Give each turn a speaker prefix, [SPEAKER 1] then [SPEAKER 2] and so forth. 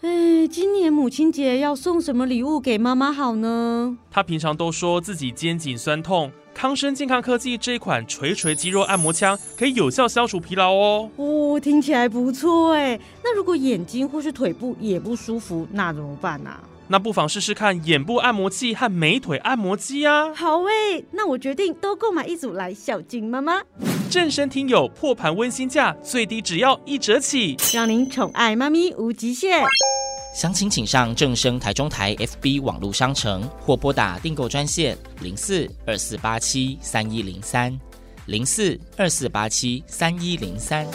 [SPEAKER 1] 哎，今年母亲节要送什么礼物给妈妈好呢？
[SPEAKER 2] 她平常都说自己肩颈酸痛，康生健康科技这一款捶捶肌肉按摩枪可以有效消除疲劳哦。
[SPEAKER 1] 哦，听起来不错哎。那如果眼睛或是腿部也不舒服，那怎么办啊？
[SPEAKER 2] 那不妨试试看眼部按摩器和美腿按摩机啊。
[SPEAKER 1] 好哎，那我决定都购买一组来孝敬妈妈，
[SPEAKER 2] 正身听友破盘温馨价，最低只要一折起。
[SPEAKER 1] 让您宠爱妈咪无极限。
[SPEAKER 3] 详情请上正声台中台 FB 网络商城或拨打订购专线零四二四八七三一零三零四二四八七三一零三。